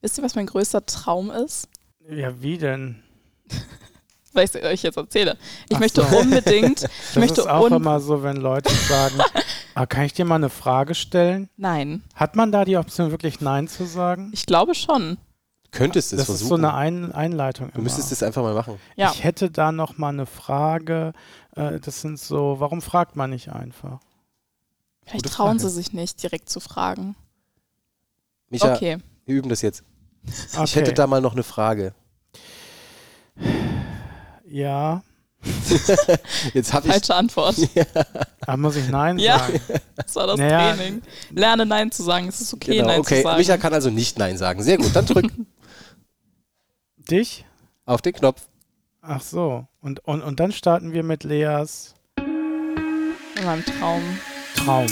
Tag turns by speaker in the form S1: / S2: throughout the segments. S1: Wisst ihr, was mein größter Traum ist?
S2: Ja, wie denn?
S1: Weil ich es euch jetzt erzähle. Ich
S2: Ach
S1: möchte
S2: so.
S1: unbedingt. Ich
S2: Das
S1: möchte
S2: ist auch
S1: un
S2: immer so, wenn Leute sagen, ah, kann ich dir mal eine Frage stellen?
S1: Nein,
S2: Hat man da die Option, wirklich Nein zu sagen?
S1: ich glaube schon.
S3: Könntest es
S2: das
S3: versuchen.
S2: ist so eine Ein Einleitung. Immer.
S3: du müsstest es einfach mal machen.
S1: Ja.
S2: Ich hätte da noch mal eine Frage. Äh, Das sind so, warum fragt man nicht einfach?
S1: Vielleicht
S3: Gute
S1: trauen
S3: Frage.
S1: sie sich nicht, direkt zu fragen.
S3: Micha,
S1: okay.
S3: wir üben das jetzt.
S2: Okay.
S3: Ich hätte da mal noch eine Frage.
S2: ja,
S3: Jetzt habe ich.
S1: Falsche Antwort.
S2: da Ah, muss ich Nein
S1: Ja.
S2: sagen.
S1: Das war das
S2: Naja.
S1: Training. Lerne Nein zu sagen. Es ist okay, Nein
S3: Genau, okay.
S1: zu sagen.
S3: Micha kann also nicht Nein sagen. Sehr gut, dann drück
S2: Dich?
S3: auf den Knopf.
S2: Ach so. Und, und, und dann starten wir mit Leas
S1: In meinem Traum.
S2: Traum.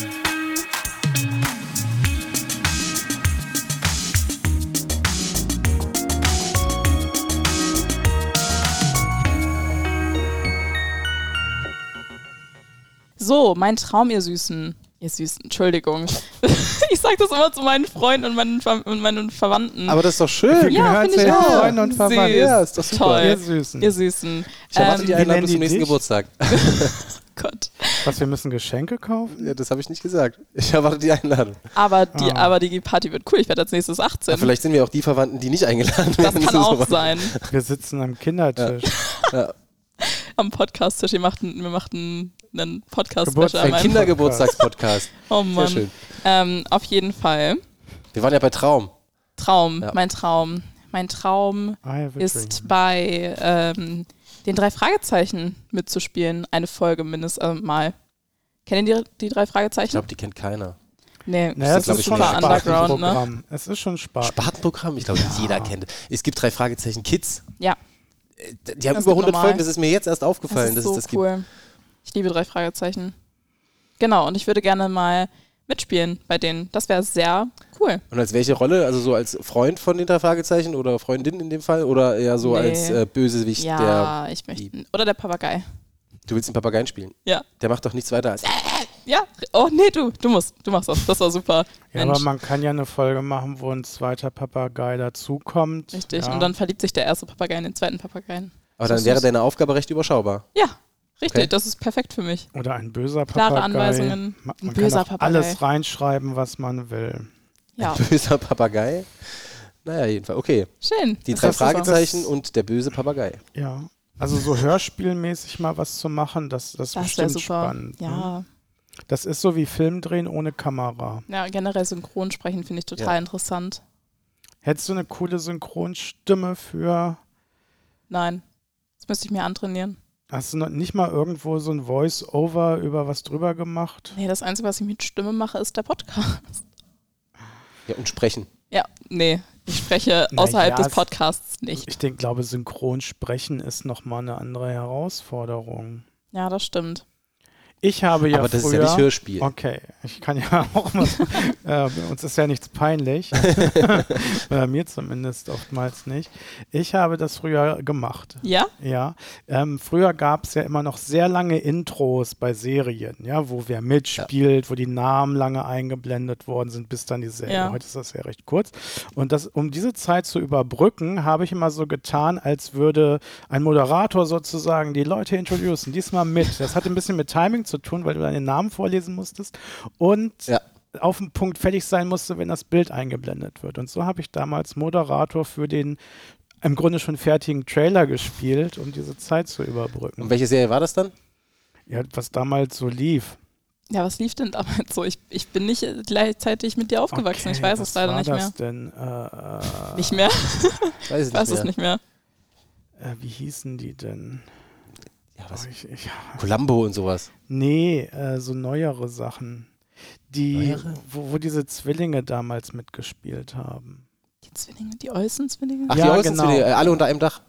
S1: So, mein Traum, ihr Süßen. Ihr Süßen, Entschuldigung. ich sage das immer zu meinen Freunden und meinen, Ver und meinen Verwandten.
S3: Aber das ist doch
S2: Wir
S3: schön.
S1: Ja,
S2: gehören
S1: finde
S2: zu
S1: ich
S2: den
S1: auch.
S2: Freunden und Verwandten.
S1: Süß.
S3: Ja, ist doch super.
S1: Toll.
S2: Ihr Süßen.
S1: ihr Süßen.
S3: Ich erwarte
S1: Ähm,
S3: die
S2: wie
S3: Einladung
S2: nennen
S3: zum
S2: die
S3: nächsten
S2: dich?
S3: Geburtstag.
S1: Gott.
S2: Was, wir müssen Geschenke kaufen?
S3: Ja, das habe ich nicht gesagt. Ich erwarte die Einladung.
S1: Aber die,
S2: Ah.
S1: aber die Party wird cool. Ich werde als nächstes 18.
S3: Aber vielleicht sind wir auch die Verwandten, die nicht eingeladen
S1: das
S3: werden.
S1: kann auch sein.
S2: Wir sitzen am Kindertisch.
S1: Am Podcast-Tisch. Wir machten, wir machten einen
S2: Geburtstag.
S1: Podcast-Special. an
S3: Ein
S1: meinem-
S2: Kinder-
S3: Kindergeburtstagspodcast.
S1: Oh
S3: Sehr
S1: Mann.
S3: schön.
S1: Ähm, auf jeden Fall.
S3: Wir waren ja bei Traum.
S1: Traum,
S3: Ja.
S1: mein Traum. Mein Traum
S2: I have a
S1: ist
S2: dream.
S1: bei ähm, den drei Fragezeichen mitzuspielen, eine Folge mindestens äh, mal. Kennen die, die drei
S3: Ich
S1: Fragezeichen?
S3: glaube, die kennt keiner.
S1: nee,
S2: Naja,
S3: Das
S2: es
S3: ist,
S2: ist
S3: glaub
S2: schon
S3: ich, ein
S2: ein
S1: Underground, ne?
S2: Spartenprogramm. Es ist schon Spaß.
S3: Spartenprogramm? Ich glaube, jeder kennt. es. Es gibt drei Fragezeichen Kids.
S1: Ja.
S3: Äh, Die haben
S1: Das
S3: über
S1: ist
S3: 100
S1: normal.
S3: Folgen, das ist mir jetzt erst
S1: das
S3: aufgefallen,
S1: ist
S3: dass
S1: so
S3: es das gibt.
S1: cool. Ich liebe drei Fragezeichen. Genau, und ich würde gerne mal mitspielen bei denen. Das wäre sehr cool.
S3: Und als welche Rolle? Also so als Freund von den drei Fragezeichen oder Freundin in dem Fall? Oder eher so
S1: Nee.
S3: als äh, Bösewicht, der.
S1: ja, ich möchte. Oder der Papagei.
S3: Du willst den Papageien spielen?
S1: Ja.
S3: Der macht doch nichts weiter als.
S1: Ja, oh nee, du, du musst, du machst das. Das war super.
S2: Ja,
S1: Mensch.
S2: aber man kann ja eine Folge machen, wo ein zweiter Papagei dazukommt.
S1: Richtig.
S2: Ja.
S1: Und dann verliebt sich der erste Papagei in den zweiten Papageien.
S3: Aber
S2: Das
S3: dann wäre
S2: ist-
S3: deine Aufgabe recht überschaubar.
S1: Ja, richtig.
S3: Okay.
S1: Das ist perfekt für mich.
S2: Oder ein böser
S1: Klare
S2: Papagei.
S1: Anweisungen.
S2: Ma-
S1: Ein
S2: Man
S1: böser
S2: kann auch
S1: Papagei.
S2: alles reinschreiben, was man will.
S1: Ja,
S3: Ein böser Papagei. Naja, jedenfalls. Okay.
S1: schön.
S3: Die
S1: Das
S3: drei
S1: ist super.
S3: Fragezeichen und der böse Papagei.
S2: Ja. Also so hörspielmäßig mal was zu machen, das, das ist
S1: Das wäre
S2: bestimmt
S1: super.
S2: spannend. Ne?
S1: ja.
S2: Das ist so wie Filmdrehen ohne Kamera.
S1: ja, generell synchron sprechen finde ich total
S3: Ja.
S1: interessant.
S2: Hättest du eine coole Synchronstimme für.
S1: Nein, das müsste ich mir antrainieren.
S2: Hast du noch nicht mal irgendwo so ein Voice-Over über was drüber gemacht?
S1: Nee, das Einzige, was ich mit Stimme mache, ist der Podcast.
S3: Ja, und sprechen.
S1: Ja, nee, ich spreche
S2: Na
S1: außerhalb
S2: ja,
S1: des
S2: es-
S1: Podcasts nicht.
S2: Ich denk, glaube, synchron sprechen ist nochmal eine andere Herausforderung.
S1: Ja, das stimmt.
S2: Ich habe ja Oh.
S3: Aber das ist
S2: früher
S3: ja nicht Hörspiel.
S2: Okay, ich kann ja auch was. äh, uns ist ja nichts peinlich. Oder mir zumindest oftmals nicht. Ich habe das früher gemacht.
S1: Ja?
S2: Ja, ähm, früher gab es ja immer noch sehr lange Intros bei Serien, ja, wo wer mitspielt, wo die Namen lange eingeblendet worden sind, bis dann die Serie.
S1: Ja.
S2: Heute ist das ja recht kurz. Und das, um diese Zeit zu überbrücken, habe ich immer so getan, als würde ein Moderator sozusagen die Leute introducen, diesmal mit. Das hatte ein bisschen mit Timing zu tun, weil du dann den Namen vorlesen musstest und
S3: Ja.
S2: auf den Punkt fertig sein musste, wenn das Bild eingeblendet wird. Und so habe ich damals Moderator für den im Grunde schon fertigen Trailer gespielt, um diese Zeit zu überbrücken.
S3: Und welche Serie war das dann?
S2: Ja, was damals so lief.
S1: Ja, was lief denn damals so? Ich, ich bin nicht gleichzeitig mit dir aufgewachsen. ich
S2: Okay,
S1: weiß es
S2: was
S1: leider
S2: war
S1: nicht mehr.
S2: das Denn? Äh, äh,
S1: Nicht mehr?
S3: Weiß es
S1: Ich weiß es
S3: nicht mehr.
S1: nicht mehr.
S2: äh, wie hießen die denn?
S3: Ja,
S2: Oh,
S3: was?
S2: ich, ich,
S3: Columbo und sowas.
S2: nee, äh, so neuere Sachen. Die,
S3: Neuere?
S2: Wo, wo diese Zwillinge damals mitgespielt haben.
S1: Die Zwillinge, die Olsen-Zwillinge?
S3: Ach,
S2: Ja,
S3: die Außen
S2: genau.
S3: äh, alle unter einem Dach.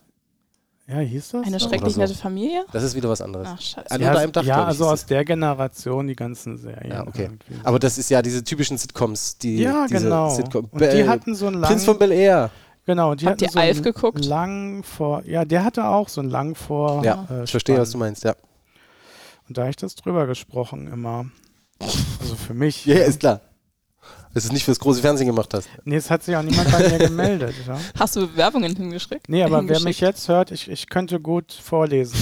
S2: Ja, hieß das?
S1: Eine
S3: so.
S1: schrecklich nette Familie?
S3: Das ist wieder was anderes.
S1: Ach, scheiße.
S3: Alle
S2: ja,
S3: unter einem Dach,
S2: ja
S3: glaub ich,
S2: also
S3: hieß
S2: aus der Generation die ganzen Serien.
S3: Ja, okay.
S2: irgendwie.
S3: Aber das ist ja diese typischen Sitcoms, die
S2: ja,
S3: diese
S2: genau.
S3: Sitcom
S2: Und die
S3: Bell-
S2: hatten so einen langen
S3: Prinz von Bel Air.
S2: Genau, die
S1: Habt
S2: hatten
S1: ihr
S2: so einen
S1: Alf geguckt?
S2: Lang vor, ja, der hatte auch so einen lang vor.
S3: Ja,
S2: äh,
S3: ich verstehe,
S2: Spann.
S3: was du meinst. Ja,
S2: Und da habe ich das drüber gesprochen immer. Also für mich.
S3: ja ja, ist klar. dass du es nicht fürs große Fernsehen gemacht hast.
S2: Nee, es hat sich auch niemand bei mir gemeldet. Ja?
S1: Hast du Bewerbungen hingeschickt?
S2: Nee, aber wer
S1: hingeschickt?
S2: mich jetzt hört, ich, ich könnte gut vorlesen.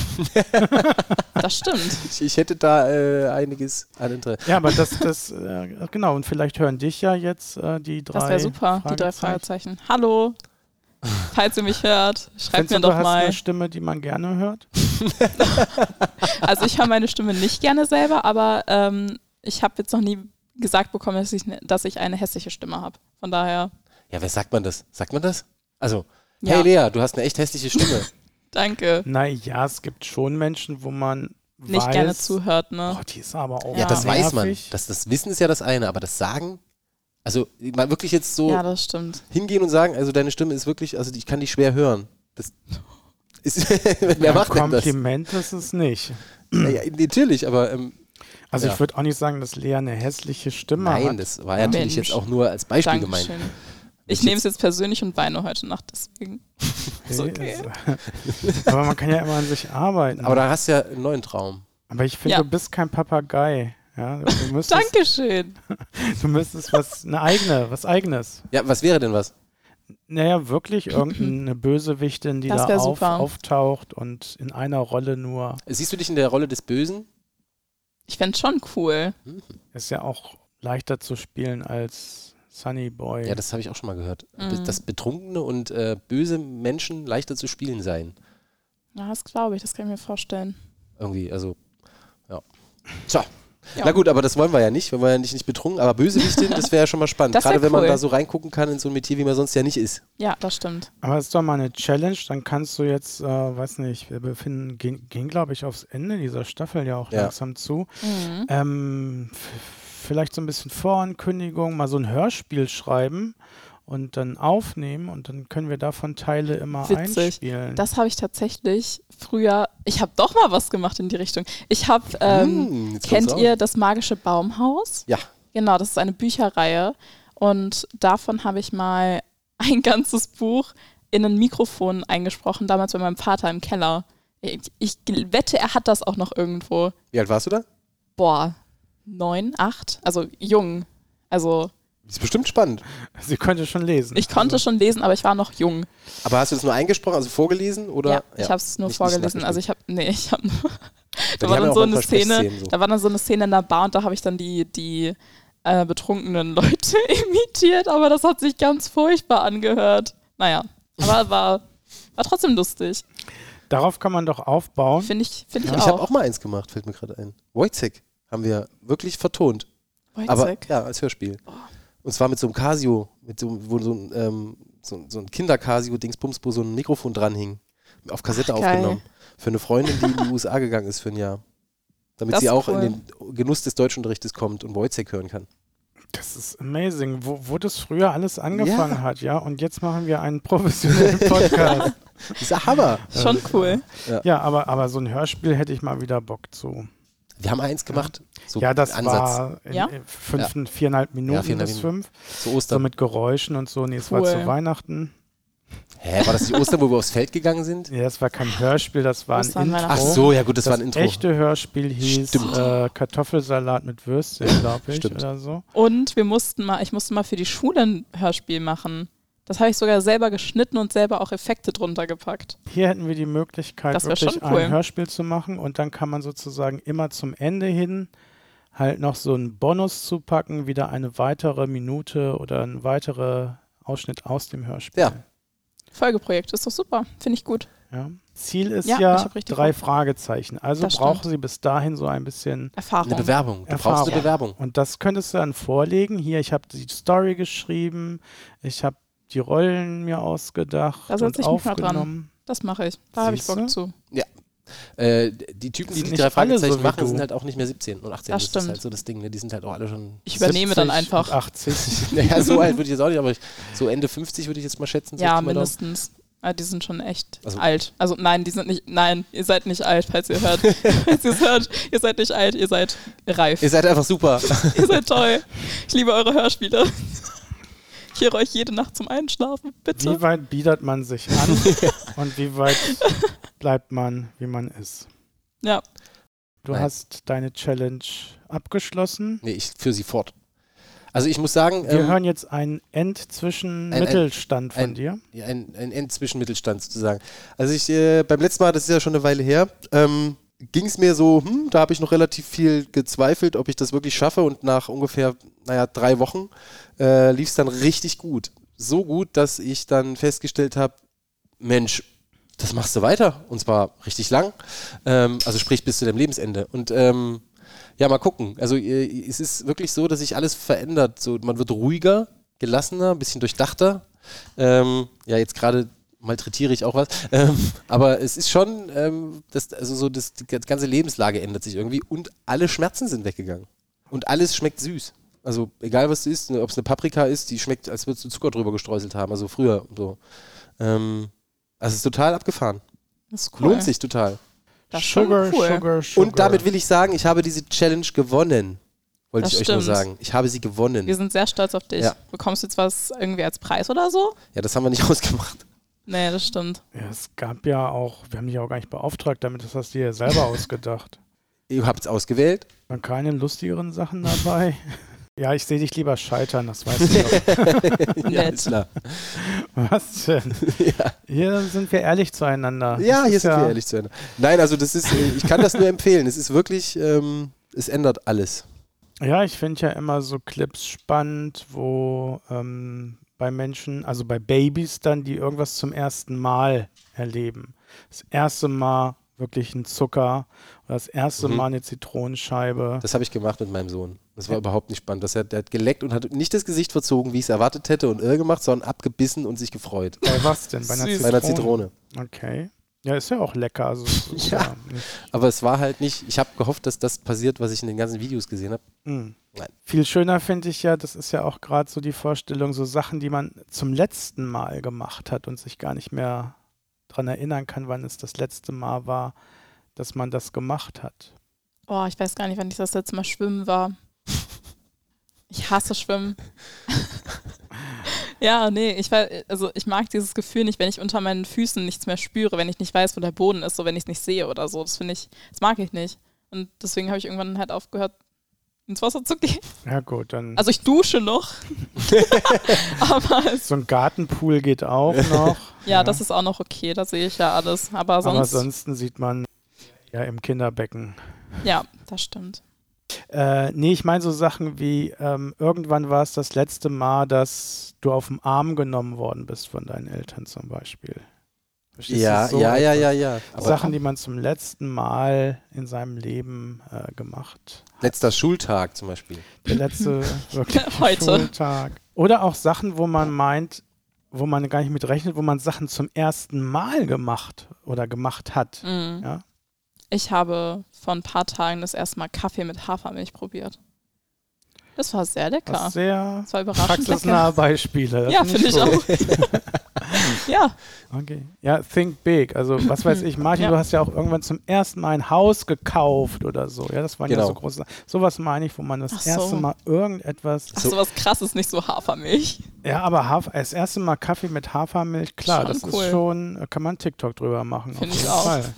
S1: Das stimmt.
S3: Ich, ich hätte da äh, einiges an Interesse.
S2: Ja, aber das, das, äh, genau, und vielleicht hören dich ja jetzt äh, die drei.
S1: Das wäre super, die drei Fragezeichen. Hallo, falls ihr mich hört, schreibt
S2: Findest
S1: mir
S2: du, du
S1: doch
S2: hast
S1: mal.
S2: eine Stimme, die man gerne hört?
S1: Also ich höre meine Stimme nicht gerne selber, aber ähm, ich habe jetzt noch nie gesagt bekommen, dass ich, ne- dass ich eine hässliche Stimme habe. Von daher,
S3: Ja, wer sagt man das? Sagt man das? Also,
S1: ja,
S3: hey Lea, du hast eine echt hässliche Stimme.
S1: danke.
S2: Naja, es gibt schon Menschen, wo man
S1: Nicht
S2: weiß,
S1: gerne zuhört, ne?
S2: Oh, die ist aber auch
S1: Ja,
S3: ja, das weiß man.
S2: nervig.
S3: Das, das Wissen ist ja das eine, aber das Sagen, also mal wirklich jetzt so
S1: Ja, das stimmt.
S3: hingehen und sagen, also deine Stimme ist wirklich, also ich kann die schwer hören. Das ist, wer
S2: Ja,
S3: macht denn das?
S2: Kompliment ist es nicht.
S3: Ja, ja, natürlich, aber ähm,
S2: Also
S3: Ja.
S2: ich würde auch nicht sagen, dass Lea eine hässliche Stimme
S3: nein,
S2: hat.
S3: das war ja natürlich
S1: Mensch.
S3: jetzt auch nur als Beispiel gemeint.
S1: Dankeschön. Ich nehme es jetzt persönlich und weine heute Nacht, deswegen. ist okay.
S2: Also- aber man kann ja immer an sich arbeiten.
S3: Aber
S2: Aber,
S3: da hast du ja einen neuen Traum.
S2: ich finde,
S1: Ja.
S2: du bist kein Papagei. Ja, du, müsstest,
S1: Dankeschön.
S2: du müsstest was eine eigene, was eigenes.
S3: Ja, was wäre denn was?
S2: Naja, wirklich irgendeine Bösewichtin, die
S1: Das
S2: da
S1: wär
S2: auf,
S1: super.
S2: auftaucht und in einer Rolle nur.
S3: Siehst du dich in der Rolle des Bösen?
S1: Ich fände es schon cool.
S2: Ist ja auch leichter zu spielen als Sunny Boy.
S3: Ja, das habe ich auch schon mal gehört.
S1: Mhm.
S3: Dass betrunkene und äh, böse Menschen leichter zu spielen seien.
S1: Ja, das glaube ich, das kann ich mir vorstellen.
S3: Irgendwie, also, ja. Tja.
S1: Ja.
S3: Na gut, aber das wollen wir ja nicht. Wir wollen ja nicht, nicht betrunken, aber Bösewichtin, das wäre ja schon mal spannend.
S1: Das wär
S3: Gerade wenn man
S1: cool.
S3: da so reingucken kann in so ein Metier, wie man sonst ja nicht ist.
S1: Ja, das stimmt.
S2: Aber ist doch mal eine Challenge, dann kannst du jetzt, äh, weiß nicht, wir befinden, gehen, gehen glaube ich, aufs Ende dieser Staffel ja auch
S3: Ja.
S2: langsam zu.
S1: Mhm.
S2: Ähm, f- vielleicht so ein bisschen Vorankündigung, mal so ein Hörspiel schreiben und dann aufnehmen und dann können wir davon Teile immer
S1: Witzig.
S2: einspielen.
S1: Das habe ich tatsächlich früher. Ich habe doch mal was gemacht in die Richtung. Ich habe. Ähm,
S3: Hm, jetzt
S1: kennt
S3: kommt's
S1: ihr das magische Baumhaus?
S3: Ja.
S1: Genau, das ist eine Bücherreihe. Und davon habe ich mal ein ganzes Buch in ein Mikrofon eingesprochen, damals bei meinem Vater im Keller. Ich, ich wette, er hat das auch noch irgendwo.
S3: auch. Wie alt warst du da?
S1: Boah, neun, acht? Also jung. Also
S3: Ist bestimmt spannend.
S2: Sie könnte schon lesen.
S1: ich konnte schon lesen, aber ich war noch jung.
S3: Aber hast du das nur eingesprochen, also vorgelesen? Oder?
S1: ja, ich habe es nur
S3: Nicht- nicht
S1: vorgelesen.
S3: nachgespielt.
S1: also ich habe, nee, ich habe nur.
S3: die
S1: da war
S3: haben ja
S1: dann
S3: auch
S1: so eine
S3: manchmal
S1: Szene,
S3: Sprechszenen so.
S1: da war dann so eine Szene in der Bar und da habe ich dann die die äh, betrunkenen Leute imitiert, aber das hat sich ganz furchtbar angehört. Naja, aber war war trotzdem lustig.
S2: Darauf kann man doch aufbauen.
S1: Finde ich, finde ich
S3: Ich habe
S1: auch.
S3: auch mal eins gemacht, fällt mir gerade ein. Wojcik haben wir wirklich vertont. Aber,
S1: Wojcik.
S3: ja, als Hörspiel.
S1: Oh.
S3: Und zwar mit so einem Casio, mit so, einem- wo so ein, ähm, so, so ein Kinder-Casio-Dingsbums, wo so ein Mikrofon dran hing. Auf Kassette
S1: Ach, geil.
S3: aufgenommen. Für eine Freundin, die in die USA gegangen ist für ein Jahr. Damit
S1: Das
S3: sie
S1: ist
S3: auch
S1: cool.
S3: in den Genuss des Deutschunterrichtes kommt und Wojcik hören kann.
S2: Das ist amazing, wo, wo das früher alles angefangen
S3: Ja.
S2: hat, ja. Und jetzt machen wir einen professionellen Podcast.
S3: Das ist der Hammer.
S1: Schon cool.
S2: ja, aber, aber so ein Hörspiel hätte ich mal wieder Bock zu.
S3: Wir haben eins gemacht. So
S2: ja, das
S3: Ansatz.
S2: war in,
S1: Ja?
S2: in fünf, viereinhalb Minuten
S3: viereinhalb
S2: bis
S3: Minuten.
S2: fünf.
S3: Zu
S2: So
S3: Ostern.
S2: mit Geräuschen und so. Nee, es war
S1: Cool.
S2: zu Weihnachten.
S3: Hä, war das die Ostern, wo wir aufs Feld gegangen sind?
S2: Nee, das war kein Hörspiel, das war
S1: Das war
S2: ein
S1: ein
S2: Intro.
S3: Ach so, ja gut, das, war ein Intro.
S2: echte Hörspiel hieß
S3: Stimmt.
S2: äh, Kartoffelsalat mit Würstchen, glaube ich,
S3: Stimmt.
S2: oder so.
S1: Und wir mussten mal, ich musste mal für die Schule ein Hörspiel machen. Das habe ich sogar selber geschnitten und selber auch Effekte drunter gepackt.
S2: Hier hätten wir die Möglichkeit,
S1: Das wär
S2: wirklich
S1: schon cool.
S2: ein Hörspiel zu machen und dann kann man sozusagen immer zum Ende hin halt noch so einen Bonus zupacken, wieder eine weitere Minute oder ein weiterer Ausschnitt aus dem Hörspiel.
S3: Ja.
S1: Folgeprojekt ist doch super, finde ich gut.
S2: Ja. Ziel ist
S1: Ja,
S2: ja,
S1: ich hab richtig
S2: drei Fragezeichen. Also
S1: Das
S2: brauchen
S1: stimmt.
S2: sie bis dahin so ein bisschen.
S1: Erfahrung.
S3: Eine Bewerbung. Du brauchst
S2: Erfahrung.
S3: eine Bewerbung.
S2: Und das könntest du dann vorlegen. Hier, ich habe die Story geschrieben, ich habe die Rollen mir ausgedacht
S1: Da setz
S2: und
S1: ich mich mal dran.
S2: aufgenommen.
S1: Das mache ich. Da habe ich
S2: Siehste?
S1: Bock zu.
S3: Äh, die Typen, die
S2: Sind
S3: die
S2: nicht
S3: drei
S2: alle so
S3: Fragezeichen
S2: wie
S3: machen,
S2: du.
S3: sind halt auch nicht mehr 17 und 18.
S1: Das
S3: ist
S1: stimmt.
S3: halt so das Ding. Ne? Die sind halt auch alle schon.
S1: Ich übernehme dann
S2: 70
S1: einfach.
S2: und 80.
S3: Naja, so alt würde ich jetzt auch nicht, aber ich, so Ende 50 würde ich jetzt mal schätzen. so
S1: Ja,
S3: Pi mal Daumen.
S1: mindestens. Ah, die sind schon echt
S3: Also-
S1: alt. Also nein, die sind nicht, nein, ihr seid nicht alt, falls ihr hört. falls ihr hört, ihr seid nicht alt, ihr seid reif.
S3: Ihr seid einfach super.
S1: ihr seid toll. Ich liebe eure Hörspiele. Ich höre euch jede Nacht zum Einschlafen, bitte.
S2: Wie weit biedert man sich an und wie weit bleibt man, wie man ist?
S1: Ja,
S2: Du
S3: Nein.
S2: hast deine Challenge abgeschlossen.
S3: Nee, ich führe sie fort. Also ich muss sagen,
S2: Wir
S3: ähm,
S2: hören jetzt einen Endzwischen-Mittelstand von
S3: ein-
S2: dir.
S3: Ja, ein, ein Endzwischenmittelstand sozusagen. Also ich, äh, beim letzten Mal, das ist ja schon eine Weile her, ähm, ging es mir so, hm, da habe ich noch relativ viel gezweifelt, ob ich das wirklich schaffe und nach ungefähr, naja, drei Wochen äh, lief es dann richtig gut. So gut, dass ich dann festgestellt habe, Mensch, das machst du weiter und zwar richtig lang. Ähm, also sprich bis zu deinem Lebensende. Und ähm, ja, mal gucken. Also äh, es ist wirklich so, dass sich alles verändert. So, man wird ruhiger, gelassener, ein bisschen durchdachter. Ähm, ja, jetzt gerade malträtiere ich auch was. Ähm, aber es ist schon, ähm, das, also so das, die ganze Lebenslage ändert sich irgendwie und alle Schmerzen sind weggegangen. Und alles schmeckt süß. Also egal was du isst, ob es eine Paprika ist, die schmeckt, als würdest du Zucker drüber gestreuselt haben, also früher und so. Ähm, also es ist total abgefahren.
S1: Das ist cool.
S3: Lohnt sich total.
S1: Das ist schon
S2: Sugar,
S1: cool.
S2: Sugar, Sugar.
S3: Und damit will ich sagen, ich habe diese Challenge gewonnen. Wollte
S1: Das
S3: ich euch nur
S1: stimmt.
S3: sagen. Ich habe sie gewonnen.
S1: Wir sind sehr stolz auf dich.
S3: Ja.
S1: Bekommst du jetzt was irgendwie als Preis oder so?
S3: Ja, das haben wir nicht ausgemacht.
S1: Nee, das stimmt.
S2: ja, es gab ja auch, wir haben dich ja auch gar nicht beauftragt damit, das hast du dir ja selber ausgedacht.
S3: Ihr habt es ausgewählt.
S2: Waren keine lustigeren Sachen dabei? ja, ich sehe dich lieber scheitern, das weißt du doch.
S3: ja,
S1: Nett.
S3: ist klar.
S2: Was denn?
S3: ja.
S2: Hier sind wir ehrlich zueinander.
S3: ja,
S2: Das
S3: hier
S2: ist
S3: sind wir ehrlich zueinander. Nein, also das ist, äh, ich kann das nur empfehlen. Es ist wirklich, ähm, es ändert alles.
S2: Ja, ich finde ja immer so Clips spannend, wo ähm, bei Menschen, also bei Babys dann, die irgendwas zum ersten Mal erleben. Das erste Mal wirklich ein Zucker oder das erste
S3: Mhm.
S2: Mal eine Zitronenscheibe.
S3: Das habe ich gemacht mit meinem Sohn. Das war überhaupt nicht spannend. Das hat, der hat geleckt und hat nicht das Gesicht verzogen, wie ich es erwartet hätte und irr gemacht, sondern abgebissen und sich gefreut.
S2: bei was denn? Bei einer,
S1: Süß.
S2: Zitrone?
S3: Bei einer Zitrone.
S2: Okay. Ja, ist ja auch lecker. Also, es ist
S3: Ja.
S2: nicht-
S3: Aber es war halt nicht, ich habe gehofft, dass das passiert, was ich in den ganzen Videos gesehen habe.
S2: Mm.
S3: Nein.
S2: Viel schöner finde ich ja, das ist ja auch gerade so die Vorstellung, so Sachen, die man zum letzten Mal gemacht hat und sich gar nicht mehr dran erinnern kann, wann es das letzte Mal war, dass man das gemacht hat.
S1: Oh, ich weiß gar nicht, wann ich das letzte Mal schwimmen war. Ich hasse Schwimmen. ja, nee, ich, wei- also ich mag dieses Gefühl nicht, wenn ich unter meinen Füßen nichts mehr spüre, wenn ich nicht weiß, wo der Boden ist, so wenn ich es nicht sehe oder so. Das finde ich, das mag ich nicht. Und deswegen habe ich irgendwann halt aufgehört, ins Wasser zu gehen.
S2: Ja gut, dann
S1: Also ich dusche noch. Aber es,
S2: so ein Gartenpool geht auch noch.
S1: ja, das ist auch noch okay, da sehe ich ja alles. Aber
S2: Aber
S1: sonst,
S2: ansonsten sieht man ja im Kinderbecken.
S1: ja, das stimmt.
S2: Äh, nee, ich meine so Sachen wie, ähm, irgendwann war es das letzte Mal, dass du auf dem Arm genommen worden bist von deinen Eltern zum Beispiel. Verstehst du?
S3: Ja,
S2: So
S3: ja, ja,
S2: etwas.
S3: ja, ja. Aber
S2: Sachen, die man zum letzten Mal in seinem Leben äh, gemacht.
S3: letzter Schultag zum Beispiel.
S2: Der letzte wirklich
S1: Heute.
S2: Schultag. Oder auch Sachen, wo man meint, wo man gar nicht mit rechnet, wo man Sachen zum ersten Mal gemacht oder gemacht hat.
S1: Mhm.
S2: Ja?
S1: Ich habe vor ein paar Tagen das erste Mal Kaffee mit Hafermilch probiert. Das war sehr lecker.
S2: Was sehr
S1: Das war überraschend lecker.
S2: praxisnahe Beispiele. Das
S1: Ja, finde ich
S2: gut.
S1: auch. ja,
S2: Okay. Ja, think big. Also, was weiß ich, Martin,
S1: Ja.
S2: du hast ja auch irgendwann zum ersten Mal ein Haus gekauft oder so. Ja, das waren ja
S3: Genau.
S2: so große. Sowas meine ich, wo man das
S1: Ach so.
S2: erste Mal irgendetwas.
S1: ach
S3: So.
S1: so was krasses, nicht so Hafermilch.
S2: Ja, aber Haf das erste Mal Kaffee mit Hafermilch, klar,
S1: Schon
S2: das ist
S1: cool.
S2: schon, äh, kann man TikTok drüber machen.
S1: Finde
S2: auf
S1: ich
S2: jeden
S1: auch.
S2: Fall.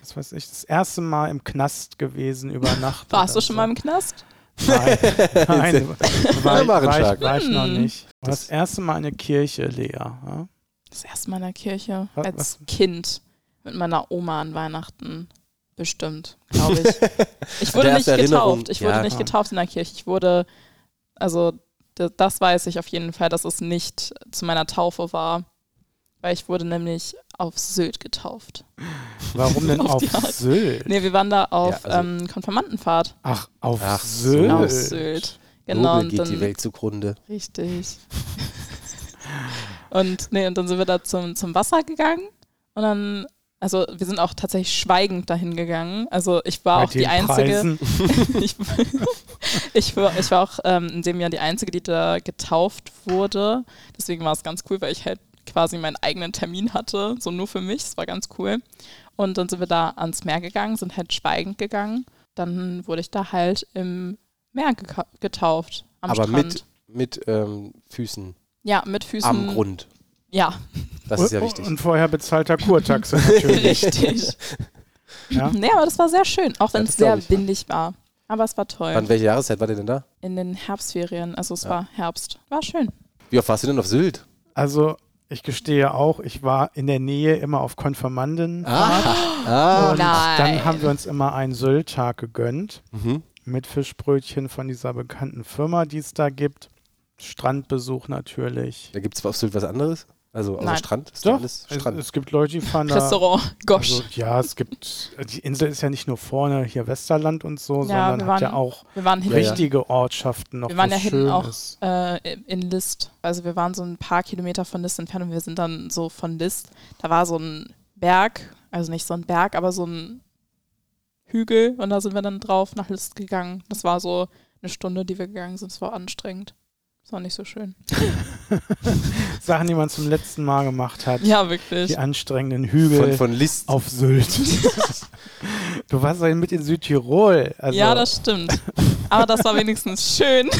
S2: Das weiß ich, das erste Mal im Knast gewesen über Nacht.
S1: Warst du
S2: oder
S1: schon
S2: so.
S1: mal im Knast?
S2: Nein, nein war, ich-
S3: Maren
S2: war,
S3: Schaak.
S2: ich, war ich noch
S1: Hm.
S2: nicht. War Das erste Mal eine Kirche, Lea. Ja?
S1: Das erste Mal in der Kirche.
S2: Was-
S1: Als Kind. Mit meiner Oma an Weihnachten. Bestimmt, glaube ich. Ich wurde
S3: Der
S1: nicht
S3: erste Erinnerung,
S1: getauft. Ich wurde
S3: ja.
S1: nicht getauft in der Kirche. Ich wurde, also d- das weiß ich auf jeden Fall, dass es nicht zu meiner Taufe war. Weil ich wurde nämlich auf Sylt getauft.
S2: Warum denn
S1: Auf
S2: auf,
S1: die Art.
S2: Sylt?
S1: Nee, wir waren da auf
S3: Ja, also-
S1: ähm, Konfirmandenfahrt.
S2: Ach, auf
S3: Ach,
S2: Sylt.
S1: Auf Sylt. Genau,
S3: Nobel
S1: und
S3: geht die
S1: dann,
S3: Welt zugrunde.
S1: richtig. und, nee, und dann sind wir da zum, zum Wasser gegangen und dann, also wir sind auch tatsächlich schweigend dahin gegangen. Also ich war
S2: Bei
S1: auch die
S2: den
S1: Einzige,
S2: Preisen.
S1: ich, ich, war, ich war auch ähm, in dem Jahr die Einzige, die da getauft wurde. Deswegen war es ganz cool, weil ich halt quasi meinen eigenen Termin hatte, so nur für mich. Es war ganz cool. Und dann sind wir da ans Meer gegangen, sind halt schweigend gegangen. Dann wurde ich da halt im Meer geka- getauft. Am
S3: Aber
S1: Strand.
S3: mit, mit ähm, Füßen
S1: ja, mit Füßen.
S3: am Grund.
S1: Ja,
S2: Oh,
S3: Das ist ja wichtig.
S2: Und vorher bezahlter Kurtaxe natürlich.
S1: richtig.
S2: ja?
S1: Nee, aber das war sehr schön, auch wenn
S3: Ja,
S1: es
S3: das glaub
S1: sehr
S3: ich, ja.
S1: windig war. Aber es war toll.
S3: Wann, welche Jahreszeit war der denn da?
S1: In den Herbstferien, also es
S3: Ja.
S1: war Herbst. War schön.
S3: Wie oft warst du denn auf Sylt?
S2: Also, ich gestehe auch, ich war in der Nähe immer auf Konfirmanden.
S3: Ah.
S2: und
S1: nein.
S2: dann haben wir uns immer einen Sylt-Tag gegönnt.
S3: Mhm.
S2: mit Fischbrötchen von dieser bekannten Firma, die es da gibt. Strandbesuch natürlich.
S3: Da gibt es auf Sylt was anderes? Also außer
S1: Nein.
S3: Strand? Ist da
S2: Doch,
S3: alles
S2: es,
S3: Strand.
S2: es gibt Leute, die fahren da.
S1: Restaurant, gosh.
S2: Also, ja, es gibt, die Insel ist ja nicht nur vorne hier Westerland und so,
S1: Ja,
S2: sondern
S1: wir
S2: hat ja
S1: waren-
S2: auch
S1: wir waren hinten.
S3: ja.
S2: richtige Ortschaften noch.
S1: Wir waren
S2: was
S1: ja hinten auch
S2: Schönes.
S1: äh, in List. Also wir waren so ein paar Kilometer von List entfernt und wir sind dann so von List. Da war so ein Berg, also nicht so ein Berg, aber so ein Hügel und da sind wir dann drauf nach List gegangen. Das war so eine Stunde, die wir gegangen sind. Es war anstrengend. Es war nicht so schön.
S2: Sachen, die man zum letzten Mal gemacht hat.
S1: Ja, wirklich.
S2: Die anstrengenden
S3: Von,
S2: Hügel
S3: von List.
S2: auf Sylt. du warst ja mit in Südtirol. Also,
S1: ja, das stimmt. Aber das war wenigstens schön.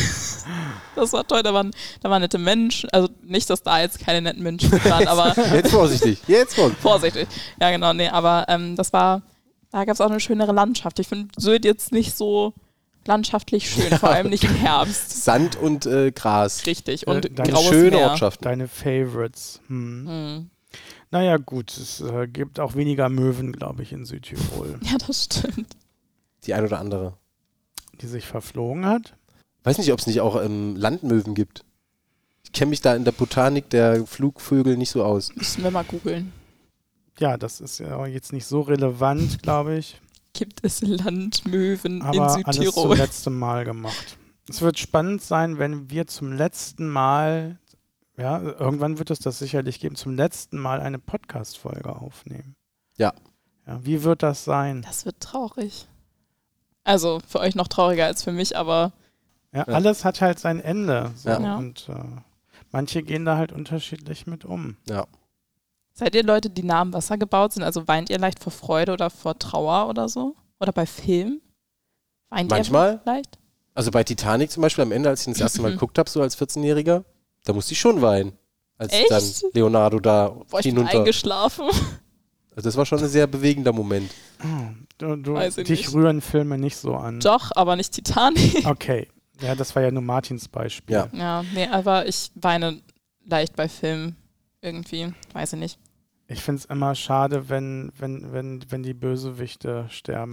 S1: Das war toll. Da waren, da waren nette Menschen. Also nicht, dass da jetzt keine netten Menschen waren, aber
S3: Jetzt vorsichtig. Jetzt vorsichtig.
S1: Vorsichtig. Ja, genau, nee, aber ähm, das war, da gab es auch eine schönere Landschaft. Ich finde Sylt jetzt nicht so landschaftlich schön, vor allem nicht im Herbst.
S3: Sand und äh, Gras.
S1: Richtig.
S2: Äh,
S1: Und
S2: dann
S1: graues
S3: Schöne
S1: Meer.
S3: Ortschaften.
S2: deine Favorites. Hm.
S1: Hm.
S2: Naja, gut, es äh, gibt auch weniger Möwen, glaube ich, in Südtirol,
S1: Ja, das stimmt.
S3: Die ein oder andere.
S2: die sich verflogen hat.
S3: Weiß nicht, ob es nicht auch ähm, Landmöwen gibt. Ich kenne mich da in der Botanik der Flugvögel nicht so aus.
S1: Müssen wir mal googeln.
S2: Ja, das ist ja auch jetzt nicht so relevant, glaube ich,
S1: Gibt es Landmöwen in
S2: aber alles zum
S1: Südtirol?
S2: letzten Mal gemacht. Es wird spannend sein, wenn wir zum letzten Mal, ja, irgendwann wird es das sicherlich geben, zum letzten Mal eine Podcast-Folge aufnehmen.
S3: Ja.
S2: ja. Wie wird das sein?
S1: Das wird traurig. Also für euch noch trauriger als für mich, aber
S2: Ja,
S3: Ja.
S2: Alles hat halt sein Ende. So,
S3: Ja.
S1: Ja.
S2: Und äh, manche gehen da halt unterschiedlich mit um.
S1: seid ihr Leute, die nah am Wasser gebaut sind? Also weint ihr leicht vor Freude oder vor Trauer oder so? Oder bei Filmen? Weint
S3: Manchmal.
S1: ihr vielleicht?
S3: Also bei Titanic zum Beispiel am Ende, als ich ihn das erste Mal
S1: Mhm.
S3: geguckt habe, so als 14-Jähriger, da musste ich schon weinen. Als
S1: Echt?
S3: dann Leonardo da
S1: Boah, ich bin
S3: hinunter.
S1: eingeschlafen.
S3: Also das war schon ein sehr bewegender Moment.
S2: Du, du,
S1: Weiß ich
S2: dich
S1: nicht.
S2: rühren Filme nicht so an.
S1: Doch, aber nicht Titanic.
S2: Okay. Ja, das war ja nur Martins Beispiel.
S3: Ja.
S1: Ja, nee, aber ich weine leicht bei Filmen irgendwie. Weiß ich nicht.
S2: Ich finde es immer schade, wenn, wenn, wenn, wenn die Bösewichte sterben.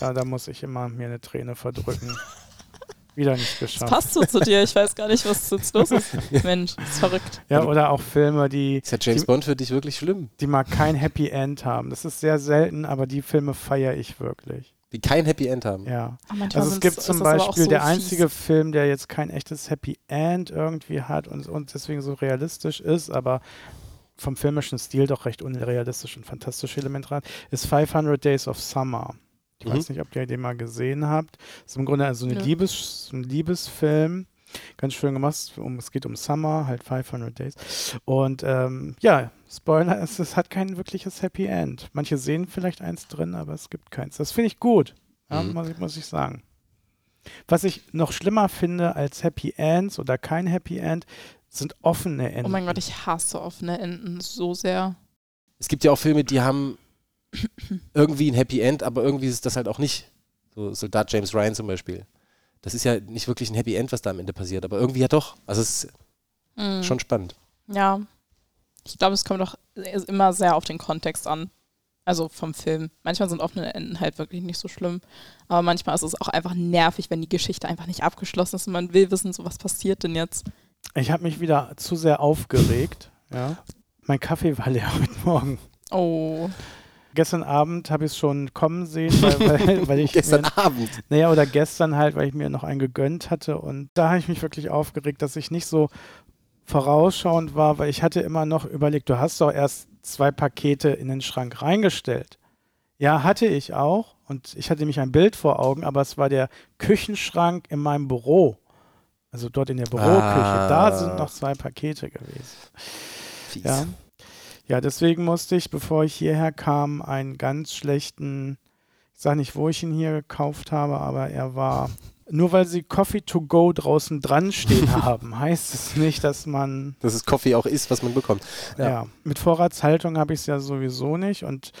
S2: da, da muss ich immer mir eine Träne verdrücken. Wieder nicht
S1: Das
S2: geschafft.
S1: passt so zu dir. Ich weiß gar nicht, was jetzt los ist. Mensch, ist verrückt.
S2: Ja, oder auch Filme, die,
S3: Ist ja James Bond für dich wirklich schlimm?
S2: die mal kein Happy End haben. Das ist sehr selten, aber die Filme feiere ich wirklich.
S3: Die kein Happy End haben.
S2: Ja.
S1: Aber Ah, manchmal
S2: Also es
S1: sind's-
S2: gibt
S1: ist
S2: zum
S1: das aber auch
S2: Beispiel
S1: so
S2: der
S1: fies.
S2: einzige Film, der jetzt kein echtes Happy End irgendwie hat und, und deswegen so realistisch ist, aber vom filmischen Stil doch recht unrealistisch und fantastische Elemente hat, ist 500 Days of Summer. Ich
S3: Mhm.
S2: weiß nicht, ob ihr den mal gesehen habt. Ist im Grunde also eine
S1: Nö.
S2: Liebes, so ein Liebesfilm. Ganz schön gemacht. Um, es geht um Summer, halt 500 Days. Und ähm, ja, Spoiler, es, es hat kein wirkliches Happy End. Manche sehen vielleicht eins drin, aber es gibt keins. Das finde ich gut. Ja,
S3: Mhm.
S2: muss, ich- muss ich sagen. Was ich noch schlimmer finde als Happy Ends oder kein Happy End, sind offene Enden.
S1: Oh mein Gott, ich hasse offene Enden so sehr.
S3: Es gibt ja auch Filme, die haben irgendwie ein Happy End, aber irgendwie ist das halt auch nicht. So Soldat James Ryan zum Beispiel. Das ist ja nicht wirklich ein Happy End, was da am Ende passiert, aber irgendwie ja doch. Also es ist
S1: Hm.
S3: schon spannend.
S1: Ja. Ich glaube, es kommt doch immer sehr auf den Kontext an. Also vom Film. Manchmal sind offene Enden halt wirklich nicht so schlimm. Aber manchmal ist es auch einfach nervig, wenn die Geschichte einfach nicht abgeschlossen ist und man will wissen, so was passiert denn jetzt.
S2: Ich habe mich wieder zu sehr aufgeregt. ja. Mein Kaffee war leer heute Morgen.
S1: Oh.
S2: Gestern Abend habe ich es schon kommen sehen, weil, weil, weil ich
S3: Gestern
S2: mir,
S3: Abend.
S2: naja, oder gestern halt, weil ich mir noch einen gegönnt hatte und da habe ich mich wirklich aufgeregt, dass ich nicht so vorausschauend war, weil ich hatte immer noch überlegt, du hast doch erst zwei Pakete in den Schrank reingestellt. Ja, hatte ich auch und ich hatte mich ein Bild vor Augen, aber es war der Küchenschrank in meinem Büro. Also dort in der Büroküche, da sind noch zwei Pakete gewesen.
S3: Fies.
S2: Ja. Ja, deswegen musste ich, bevor ich hierher kam, einen ganz schlechten, ich sage nicht, wo ich ihn hier gekauft habe, aber er war Nur weil sie Coffee to go draußen dran stehen haben, heißt es nicht, dass man
S3: Dass es Coffee auch ist, was man bekommt.
S2: ja.
S3: Ja.
S2: mit Vorratshaltung habe ich es ja sowieso nicht und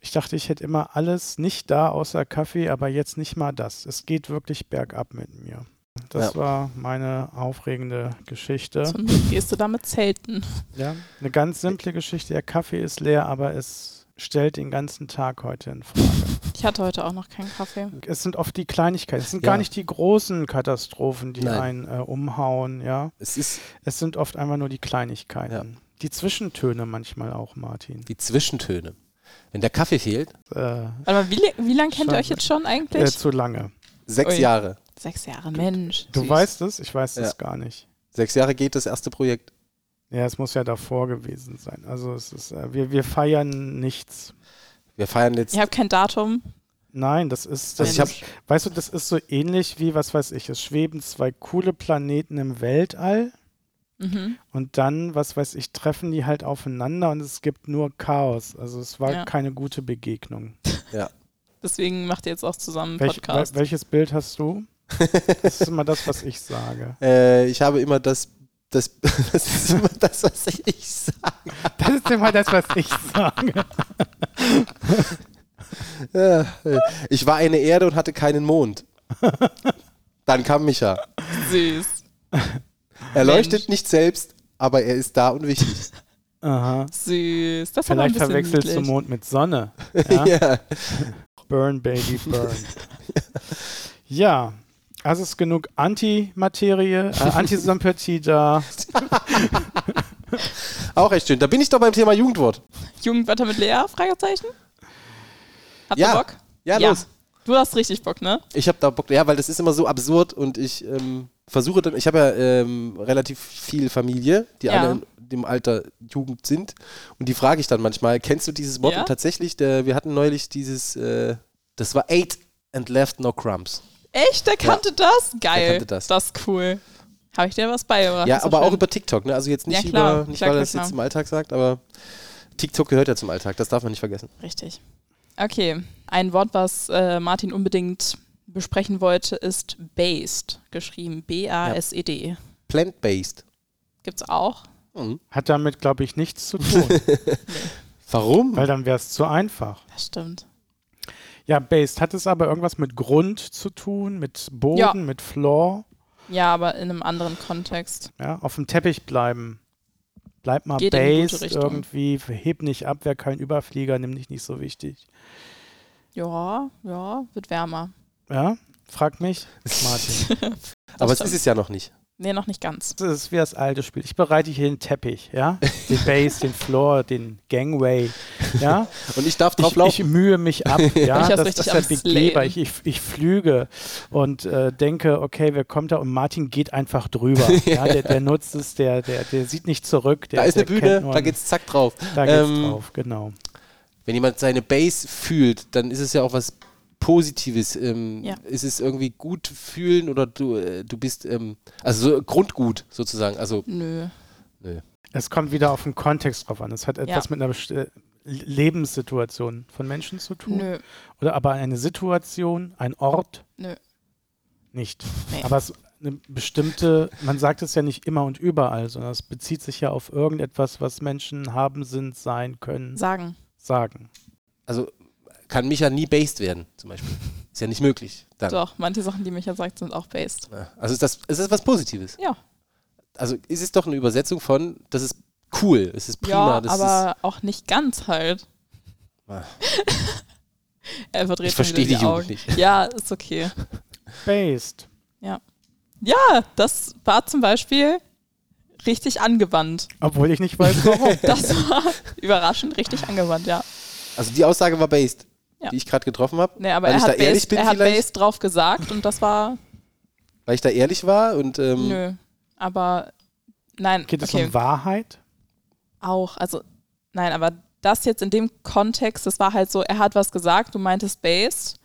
S2: ich dachte, ich hätte immer alles nicht da außer Kaffee, aber jetzt nicht mal das. Es geht wirklich bergab mit mir. Das war meine aufregende Geschichte.
S1: Zum Glück gehst du damit zelten.
S2: Ja, eine ganz simple Geschichte. Der Kaffee ist leer, aber es stellt den ganzen Tag heute in Frage.
S1: Ich hatte heute auch noch keinen Kaffee.
S2: Es sind oft die Kleinigkeiten. Es sind
S3: Ja.
S2: gar nicht die großen Katastrophen, die
S3: Nein.
S2: einen äh, umhauen. Ja,
S3: Es ist
S2: es sind oft einfach nur die Kleinigkeiten.
S3: Ja.
S2: Die Zwischentöne manchmal auch, Martin.
S3: die Zwischentöne. Wenn der Kaffee fehlt,
S2: Äh,
S1: Warte mal, wie, li- wie lange kennt ihr
S2: Scheiße.
S1: euch jetzt schon eigentlich?
S2: äh, zu lange.
S3: sechs
S1: Ui.
S3: Jahre.
S1: Sechs Jahre, Mensch.
S2: Du
S3: Süß.
S2: weißt es, ich weiß es
S3: Ja.
S2: gar nicht.
S3: Sechs Jahre geht das erste Projekt.
S2: Ja, es muss ja davor gewesen sein. Also es ist, äh, wir, wir feiern nichts.
S3: Wir feiern jetzt.
S1: Ihr habt kein Datum.
S2: Nein, das ist, das
S3: also ich hab,
S1: Mensch.
S2: weißt du, das ist so ähnlich wie, was weiß ich, es schweben zwei coole Planeten im Weltall
S1: Mhm.
S2: und dann, was weiß ich, treffen die halt aufeinander und es gibt nur Chaos. Also es war
S1: Ja.
S2: keine gute Begegnung.
S1: Deswegen macht ihr jetzt auch zusammen einen
S2: Welch,
S1: Podcast.
S2: wel- welches Bild hast du? Das ist immer das, was ich sage.
S3: äh, ich habe immer das. Das, das ist immer das, was ich sage.
S2: Das ist immer das, was ich sage.
S3: Ja, äh, Ich war eine Erde und hatte keinen Mond. Dann kam Micha.
S1: Süß.
S3: Er
S1: Mensch.
S3: leuchtet nicht selbst, aber er ist da und wichtig.
S2: Aha.
S1: Süß. Das ist aber ein
S2: Vielleicht
S1: bisschen
S2: verwechselst du
S1: niedlich.
S2: Mond mit Sonne. Ja?
S3: ja.
S2: Burn, Baby, burn. ja, also ist genug Antimaterie, äh, Antisympathie da.
S3: Auch echt schön. Da bin ich doch beim Thema Jugendwort.
S1: Jugendwörter mit Lea? Fragezeichen? Habt ihr
S3: Ja.
S1: Bock?
S3: Ja, los.
S1: Du hast richtig Bock, ne?
S3: Ich habe da Bock. Ja, weil das ist immer so absurd und ich ähm, versuche dann. Ich habe ja ähm, relativ viel Familie, die
S1: Ja.
S3: alle in dem Alter Jugend sind. Und die frage ich dann manchmal: Kennst du dieses Wort?
S1: Ja.
S3: Und tatsächlich, der, wir hatten neulich dieses. Äh, das war Eight and Left No Crumbs.
S1: Echt? Der kannte das? Geil.
S3: kannte das.
S1: Das ist cool. Habe ich dir was beigebracht?
S3: ja,
S1: Ist doch
S3: aber auch
S1: schön.
S3: über TikTok. Ne? Also jetzt nicht
S1: Ja, klar.
S3: über, nicht
S1: Ja,
S3: weil
S1: klar,
S3: er das jetzt
S1: klar.
S3: im Alltag sagt, aber TikTok gehört ja zum Alltag. Das darf man nicht vergessen.
S1: Richtig. Okay. Ein Wort, was äh, Martin unbedingt besprechen wollte, ist based. Geschrieben B-A-S-E-D.
S3: Plant-based.
S1: E Gibt's auch.
S3: Hm.
S2: Hat damit, glaube ich, nichts zu tun,
S3: Warum?
S1: Hm.
S2: weil dann wäre es zu einfach.
S1: Das stimmt.
S2: Ja, Based hat es aber irgendwas mit Grund zu tun, mit Boden,
S1: Ja.
S2: mit Floor.
S1: Ja, aber in einem anderen Kontext.
S2: Ja, auf dem Teppich bleiben. Bleib mal
S1: Geht in die gute
S2: Based
S1: Richtung.
S2: irgendwie, heb nicht ab, wer kein Überflieger, nimm dich nicht so wichtig.
S1: Ja, ja, wird wärmer.
S2: Ja, frag mich, Martin.
S3: aber es
S1: stimmt.
S3: ist es ja noch nicht.
S1: Nee, noch nicht ganz.
S2: Das ist wie das alte Spiel. Ich bereite hier den Teppich, ja? Den Base, den Floor, den Gangway, ja?
S3: Und ich darf drauf
S2: Ich,
S3: laufen.
S2: ich mühe mich ab, ja?
S1: Ich hab's
S2: das
S1: richtig
S2: das ist der
S1: am
S2: Begeber.
S1: Slayen.
S2: Ich, ich, ich flüge und äh, denke, okay, wer kommt da? Und Martin geht einfach drüber. ja, der, der nutzt es, der, der, der sieht nicht zurück. Der,
S3: da ist eine
S2: der kennt
S3: Bühne,
S2: nur
S3: da
S2: einen-
S3: geht's zack drauf.
S2: da geht's
S3: ähm,
S2: drauf, genau.
S3: Wenn jemand seine Base fühlt, dann ist es ja auch was Positives. Ähm,
S1: Ja.
S3: Ist es irgendwie gut fühlen oder du, äh, du bist, ähm, also so Grundgut sozusagen. Also
S1: Nö.
S2: Es kommt wieder auf den Kontext drauf an. Es hat etwas mit einer besti- äh, Lebenssituation von Menschen zu tun.
S1: Nö.
S2: Oder aber eine Situation, ein Ort?
S1: Nö.
S2: Nicht.
S1: Nee.
S2: Aber es eine bestimmte, man sagt es ja nicht immer und überall, sondern es bezieht sich ja auf irgendetwas, was Menschen haben, sind, sein, können,
S1: Sagen.
S2: sagen.
S3: also kann Micha nie based werden, zum Beispiel. Ist ja nicht möglich. Dann.
S1: Doch, manche Sachen, die Micha sagt, sind auch based.
S3: Ja. Also ist das, ist das was Positives.
S1: Ja.
S3: Also ist es doch eine Übersetzung von, das ist cool, es ist prima,
S1: ja,
S3: das
S1: aber auch nicht ganz halt.
S3: Ah.
S1: er verdreht
S3: Ich
S1: schon
S3: verstehe
S1: wieder
S3: die Jugend
S1: Augen.
S3: nicht.
S1: Ja, ist okay.
S2: Based.
S1: Ja, das war zum Beispiel richtig angewandt.
S2: Obwohl ich nicht weiß, warum.
S1: Das war überraschend richtig angewandt, ja.
S3: ist, also die Aussage war based,
S1: Ja.
S3: die ich gerade getroffen habe.
S1: Nee, aber
S3: Weil
S1: er
S3: ich
S1: hat,
S3: da ehrlich
S1: based,
S3: bin
S1: er hat
S3: vielleicht?
S1: based drauf gesagt und das war
S3: weil ich da ehrlich war und ähm,
S1: nö. Aber nein,
S2: Geht es
S1: okay,
S2: um Wahrheit?
S1: auch. Also nein, aber das jetzt in dem Kontext, das war halt so, er hat was gesagt, du meintest based,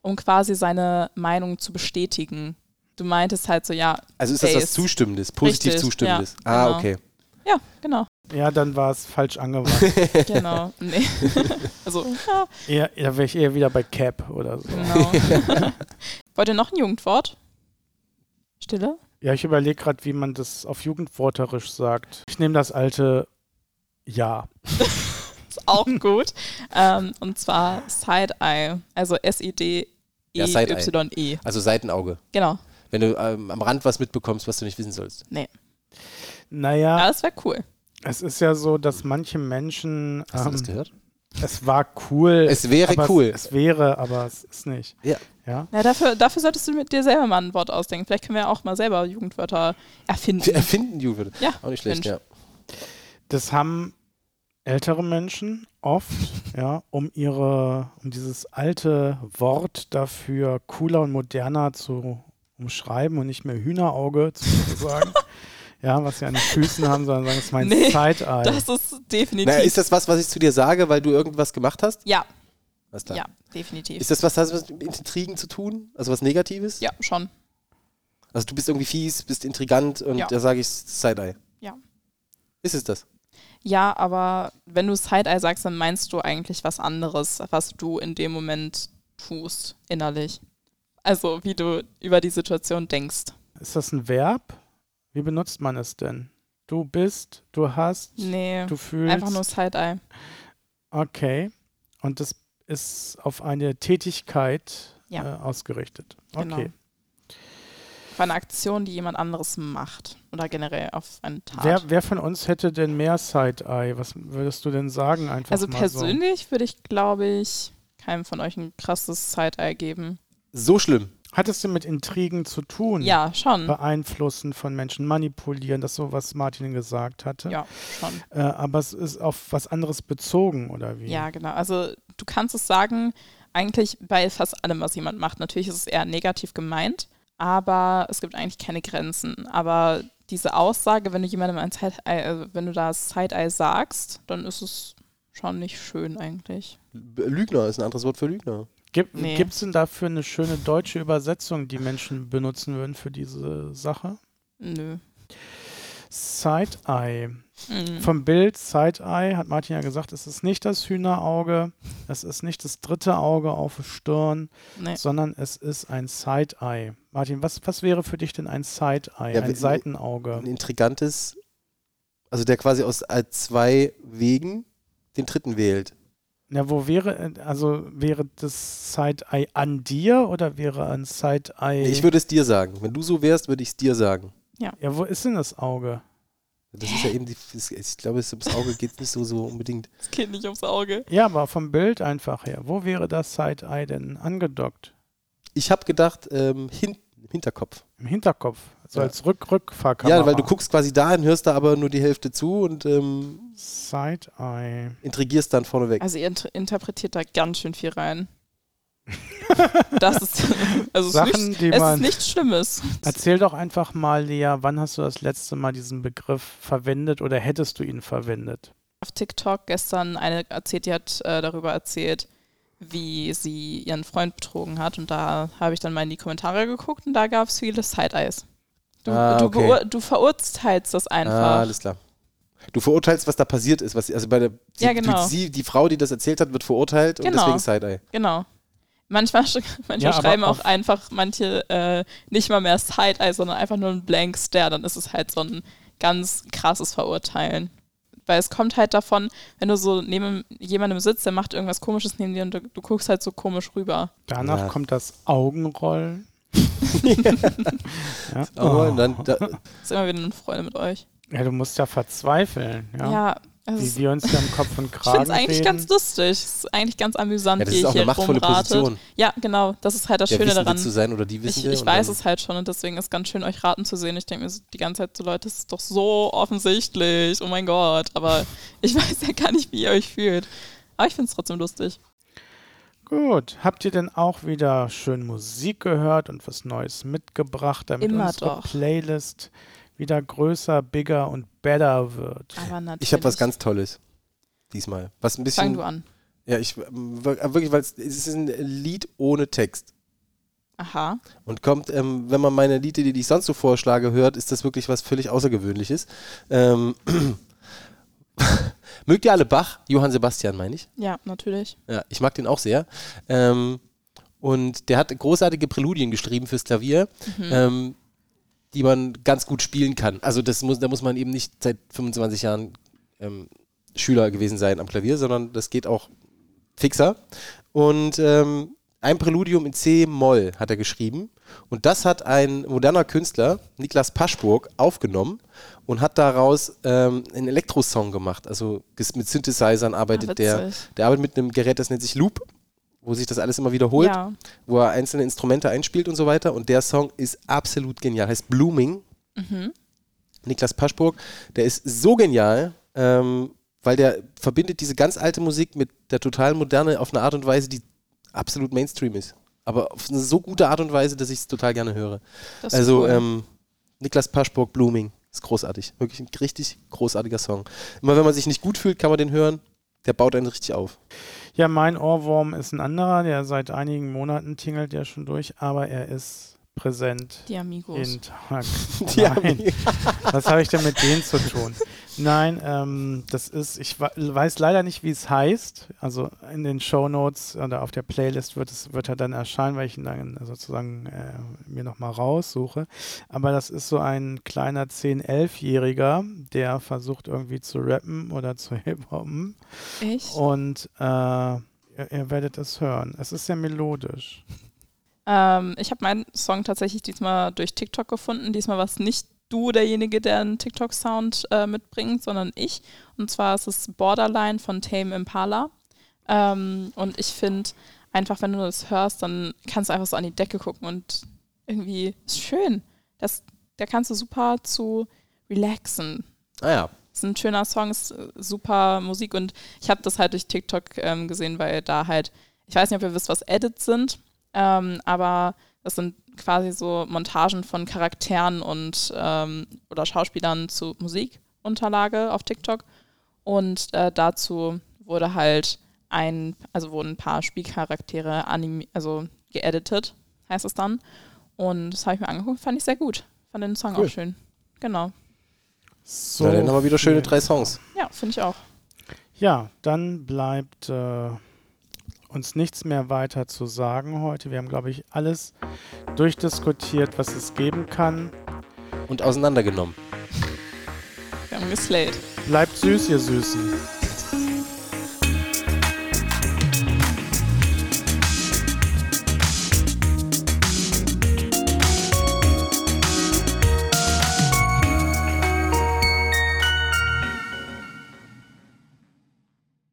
S1: um quasi seine Meinung zu bestätigen. Du meintest halt so, ja,
S3: also ist das was
S1: Based.
S3: Zustimmendes, positiv
S1: Richtig,
S3: Zustimmendes.
S1: ja,
S3: ah,
S1: genau.
S3: okay.
S1: ja, genau,
S2: Ja, dann war es falsch angewandt.
S1: genau. Nee. Also, ja, Mhm.
S2: eher, da wäre ich eher wieder bei Cap oder so.
S1: genau. Wollt ihr noch ein Jugendwort? Stille?
S2: Ja, ich überlege gerade, wie man das auf Jugendworterisch sagt. Ich nehme das alte Ja.
S1: Ist auch gut. ähm, und zwar Side-Eye. Also
S3: Ja,
S1: S-I-D-E-Y-E.
S3: Also Seitenauge.
S1: E. genau.
S3: Wenn du ähm, am Rand was mitbekommst, was du nicht wissen sollst.
S1: Ja,
S2: Naja,
S1: das wäre cool.
S2: es ist ja so, dass manche Menschen.
S3: Hast du
S2: ähm,
S3: das gehört?
S2: Es war cool.
S3: Es wäre
S2: aber
S3: cool.
S2: Es, es wäre, aber es ist nicht.
S3: Ja.
S2: Ja.
S1: Na, dafür, dafür solltest du mit dir selber mal ein Wort ausdenken. Vielleicht können wir ja auch mal selber Jugendwörter
S3: Wir
S1: erfinden.
S3: erfinden Juve.
S1: Ja,
S3: Auch nicht schlecht,
S1: Mensch.
S3: ja.
S2: Das haben ältere Menschen oft, ja, um ihre, um dieses alte Wort dafür cooler und moderner zu umschreiben und nicht mehr Hühnerauge zu sagen. ja, was sie an den Füßen haben, sondern sagen, es ist mein
S1: Nee,
S2: Side-Eye.
S1: Das ist definitiv.
S3: Na, ist das was, was ich zu dir sage, weil du irgendwas gemacht hast?
S1: ja,
S3: Alles klar.
S1: ja, definitiv.
S3: Ist das was, hat das was mit Intrigen zu tun? Also was Negatives?
S1: Ja, schon.
S3: Also du bist irgendwie fies, bist intrigant und
S1: Ja.
S3: da sage ich Side-Eye.
S1: Ja.
S3: Ist es das?
S1: Ja, aber wenn du Side-Eye sagst, dann meinst du eigentlich was anderes, was du in dem Moment tust, innerlich. Also, wie du über die Situation denkst.
S2: Ist das ein Verb? Wie benutzt man es denn? Du bist, du hast,
S1: Nee,
S2: du fühlst.
S1: einfach nur Side-Eye.
S2: Okay. Und das ist auf eine Tätigkeit
S1: Ja.
S2: äh, ausgerichtet.
S1: Genau.
S2: Okay.
S1: Auf eine Aktion, die jemand anderes macht. Oder generell auf eine Tat.
S2: Wer, wer von uns hätte denn mehr Side-Eye? Was würdest du denn sagen einfach
S1: also,
S2: mal
S1: persönlich würde ich, glaube ich, keinem von euch ein krasses Side-Eye geben.
S3: So schlimm.
S2: so? Hat es denn mit Intrigen zu tun?
S1: Ja, schon.
S2: Beeinflussen von Menschen, manipulieren, das so, was Martin gesagt hatte.
S1: Ja, schon.
S2: Äh, aber es ist auf was anderes bezogen, oder wie?
S1: Ja, genau. Also du kannst es sagen, eigentlich bei fast allem, was jemand macht. Natürlich ist es eher negativ gemeint, aber es gibt eigentlich keine Grenzen. Aber diese Aussage, wenn du jemandem ein Side äh, wenn du da Side-Eye sagst, dann ist es schon nicht schön eigentlich.
S3: B- Lügner ist ein anderes Wort für Lügner.
S2: Gibt
S1: Nee.
S2: es denn dafür eine schöne deutsche Übersetzung, die Menschen benutzen würden für diese Sache?
S1: Nö.
S2: Side-Eye.
S1: Mhm.
S2: Vom Bild Side-Eye hat Martin ja gesagt, es ist nicht das Hühnerauge, es ist nicht das dritte Auge auf der Stirn,
S1: Nee.
S2: sondern es ist ein Side-Eye. Martin, was, was wäre für dich denn ein Side-Eye,
S3: Ja,
S2: ein
S3: wenn-
S2: Seitenauge?
S3: Ein intrigantes, also der quasi aus äh, zwei Wegen den dritten wählt.
S2: Na, wo wäre, äh, also wäre das Side-Eye an dir oder wäre ein Side-Eye,
S3: Ich würde es dir sagen. Wenn du so wärst, würde ich es dir sagen.
S2: ja, wo ist denn das Auge?
S3: Das ist ja eben die, das- ich glaube, es ums Auge geht nicht so, so unbedingt.
S1: Das geht nicht aufs Auge.
S2: Ja, aber vom Bild einfach her, wo wäre das Side-Eye denn angedockt?
S3: Ich habe gedacht, ähm, hinten, im Hinterkopf.
S2: Im Hinterkopf, so
S3: Ja.
S2: als rück rück
S3: ja, weil du guckst quasi dahin, hörst da aber nur die Hälfte zu und ähm,
S2: Side-Eye.
S3: intrigierst dann vorneweg.
S1: Also ihr int interpretiert da ganz schön viel rein. Das ist also es ist
S2: Sachen,
S1: nicht,
S2: die
S1: es
S2: man-
S1: ist nichts Schlimmes.
S2: Erzähl doch einfach mal, Lea, wann hast du das letzte Mal diesen Begriff verwendet oder hättest du ihn verwendet?
S1: auf TikTok gestern eine erzählt, die hat äh, darüber erzählt, wie sie ihren Freund betrogen hat. Und da habe ich dann mal in die Kommentare geguckt und da gab es viele Side-Eyes. Du,
S3: Ah,
S1: du,
S3: okay.
S1: beur- du verurteilst das einfach.
S3: Ah, alles klar. Du verurteilst, was da passiert ist. Was, also bei der, sie,
S1: Ja, genau.
S3: du- sie, die Frau, die das erzählt hat, wird verurteilt und
S1: Genau.
S3: deswegen Side-Eye.
S1: genau. Manchmal, sch manche
S2: Ja, aber
S1: schreiben auch
S2: auf-
S1: einfach manche äh, nicht mal mehr Side-Eye, sondern einfach nur ein Blank Stare. Dann ist es halt so ein ganz krasses Verurteilen. Weil es kommt halt davon, wenn du so neben jemandem sitzt, der macht irgendwas Komisches neben dir und du, du guckst halt so komisch rüber.
S2: Danach
S3: Ja.
S2: kommt das Augenrollen. ja.
S3: Oh,
S2: Oh.
S3: und dann, da,
S1: Ist immer wieder eine Freude mit euch.
S2: ja, du musst ja verzweifeln, ja.
S1: Ja, also
S2: Wie
S1: es-
S2: wir uns da im Kopf und
S1: ich
S2: Kragen
S1: finde es eigentlich
S2: reden.
S1: ganz lustig. Es ist eigentlich ganz amüsant,
S3: Ja, das
S1: wie
S3: ist
S1: ihr
S3: auch eine
S1: hier
S3: machtvolle
S1: rumratet.
S3: Position.
S1: Ja, genau. Das ist halt das
S3: der
S1: Schöne
S3: Wissende
S1: daran.
S3: zu sein oder die
S1: Ich,
S3: Wissende.
S1: ich
S3: und
S1: weiß
S3: dann-
S1: es halt schon und deswegen ist ganz schön, euch raten zu sehen. Ich denke mir so die ganze Zeit so, Leute, das ist doch so offensichtlich. Oh mein Gott. Aber ich weiß ja gar nicht, wie ihr euch fühlt. Aber ich finde es trotzdem lustig.
S2: Gut. Habt ihr denn auch wieder schön Musik gehört und was Neues mitgebracht, damit
S1: Immer
S2: unsere
S1: doch.
S2: Playlist wieder größer, bigger und better wird?
S1: Aber natürlich.
S3: Ich habe was ganz Tolles. Diesmal. Was
S1: Fang
S3: ein bisschen.
S1: du an.
S3: Ja, ich ähm, wir- äh, wirklich, weil es es ist ein Lied ohne Text.
S1: Aha.
S3: Und kommt, ähm, wenn man meine Lieder, die ich sonst so vorschlage, hört, ist das wirklich was völlig Außergewöhnliches. Ähm, mögt ihr alle Bach? Johann Sebastian, meine ich.
S1: Ja, natürlich.
S3: Ja, ich mag den auch sehr.
S1: Mhm.
S3: Ähm, und der hat großartige Präludien geschrieben fürs Klavier. Ähm, die man ganz gut spielen kann. Also das muss, da muss man eben nicht seit 25 Jahren ähm, Schüler gewesen sein am Klavier, sondern das geht auch fixer. Und ähm, ein Präludium in C-Moll hat er geschrieben. Und das hat ein moderner Künstler, Niklas Paschburg, aufgenommen und hat daraus ähm, einen Elektrosong gemacht. Also ges- mit Synthesizern arbeitet
S1: Ah, witzig.
S3: der. Der arbeitet mit einem Gerät, das nennt sich Loop, wo sich das alles immer wiederholt,
S1: Ja.
S3: wo er einzelne Instrumente einspielt und so weiter. Und der Song ist absolut genial. Heißt Blooming.
S1: Mhm.
S3: Niklas Paschburg, der ist so genial, ähm, weil der verbindet diese ganz alte Musik mit der total moderne auf eine Art und Weise, die absolut Mainstream ist. Aber auf eine so gute Art und Weise, dass ich es total gerne höre.
S1: Das ist
S3: Also
S1: cool.
S3: ähm, Niklas Paschburg, Blooming, ist großartig. Wirklich ein richtig großartiger Song. Immer wenn man sich nicht gut fühlt, kann man den hören. Der baut einen richtig auf.
S2: Ja, mein Ohrwurm ist ein anderer, der seit einigen Monaten tingelt ja schon durch, aber er ist präsent.
S1: die Amigos.
S2: Jeden Tag.
S3: Ja,
S2: Nein. Was habe ich denn mit denen zu tun? Nein, ähm, das ist, ich wa- weiß leider nicht, wie es heißt. Also in den Shownotes oder auf der Playlist wird es wird er dann erscheinen, weil ich ihn dann sozusagen äh, mir nochmal raussuche. Aber das ist so ein kleiner 10-, 11-Jähriger, der versucht irgendwie zu rappen oder zu hip-hoppen.
S1: Echt?
S2: Und äh, ihr, ihr werdet es hören. Es ist sehr melodisch.
S1: Ähm, ich habe meinen Song tatsächlich diesmal durch TikTok gefunden. Diesmal war es nicht du derjenige, der einen TikTok-Sound äh, mitbringt, sondern ich. Und zwar ist es Borderline von Tame Impala. Ähm, und ich finde einfach, wenn du das hörst, dann kannst du einfach so an die Decke gucken und irgendwie ist schön. Das, da kannst du super zu relaxen.
S3: Ah ja.
S1: Ist ein schöner Song, ist äh, super Musik und ich habe das halt durch TikTok ähm, gesehen, weil da halt, ich weiß nicht, ob ihr wisst, was Edits sind, ähm, aber das sind quasi so Montagen von Charakteren und ähm, oder Schauspielern zu Musikunterlage auf TikTok und äh, dazu wurde halt ein, also wurden ein paar Spielcharaktere animi also geeditet, heißt es dann. Und das habe ich mir angeguckt, fand ich sehr gut. Fand den Song
S3: Cool.
S1: auch schön. Genau.
S2: So Hm.
S3: Na, dann haben wir wieder schöne
S2: viel.
S3: drei Songs.
S1: Ja, finde ich auch.
S2: Ja, dann bleibt äh, uns nichts mehr weiter zu sagen heute. Wir haben, glaube ich, alles durchdiskutiert, was es geben kann.
S3: Und auseinandergenommen.
S1: Wir haben geslayed.
S2: Bleibt süß, ihr Süßen.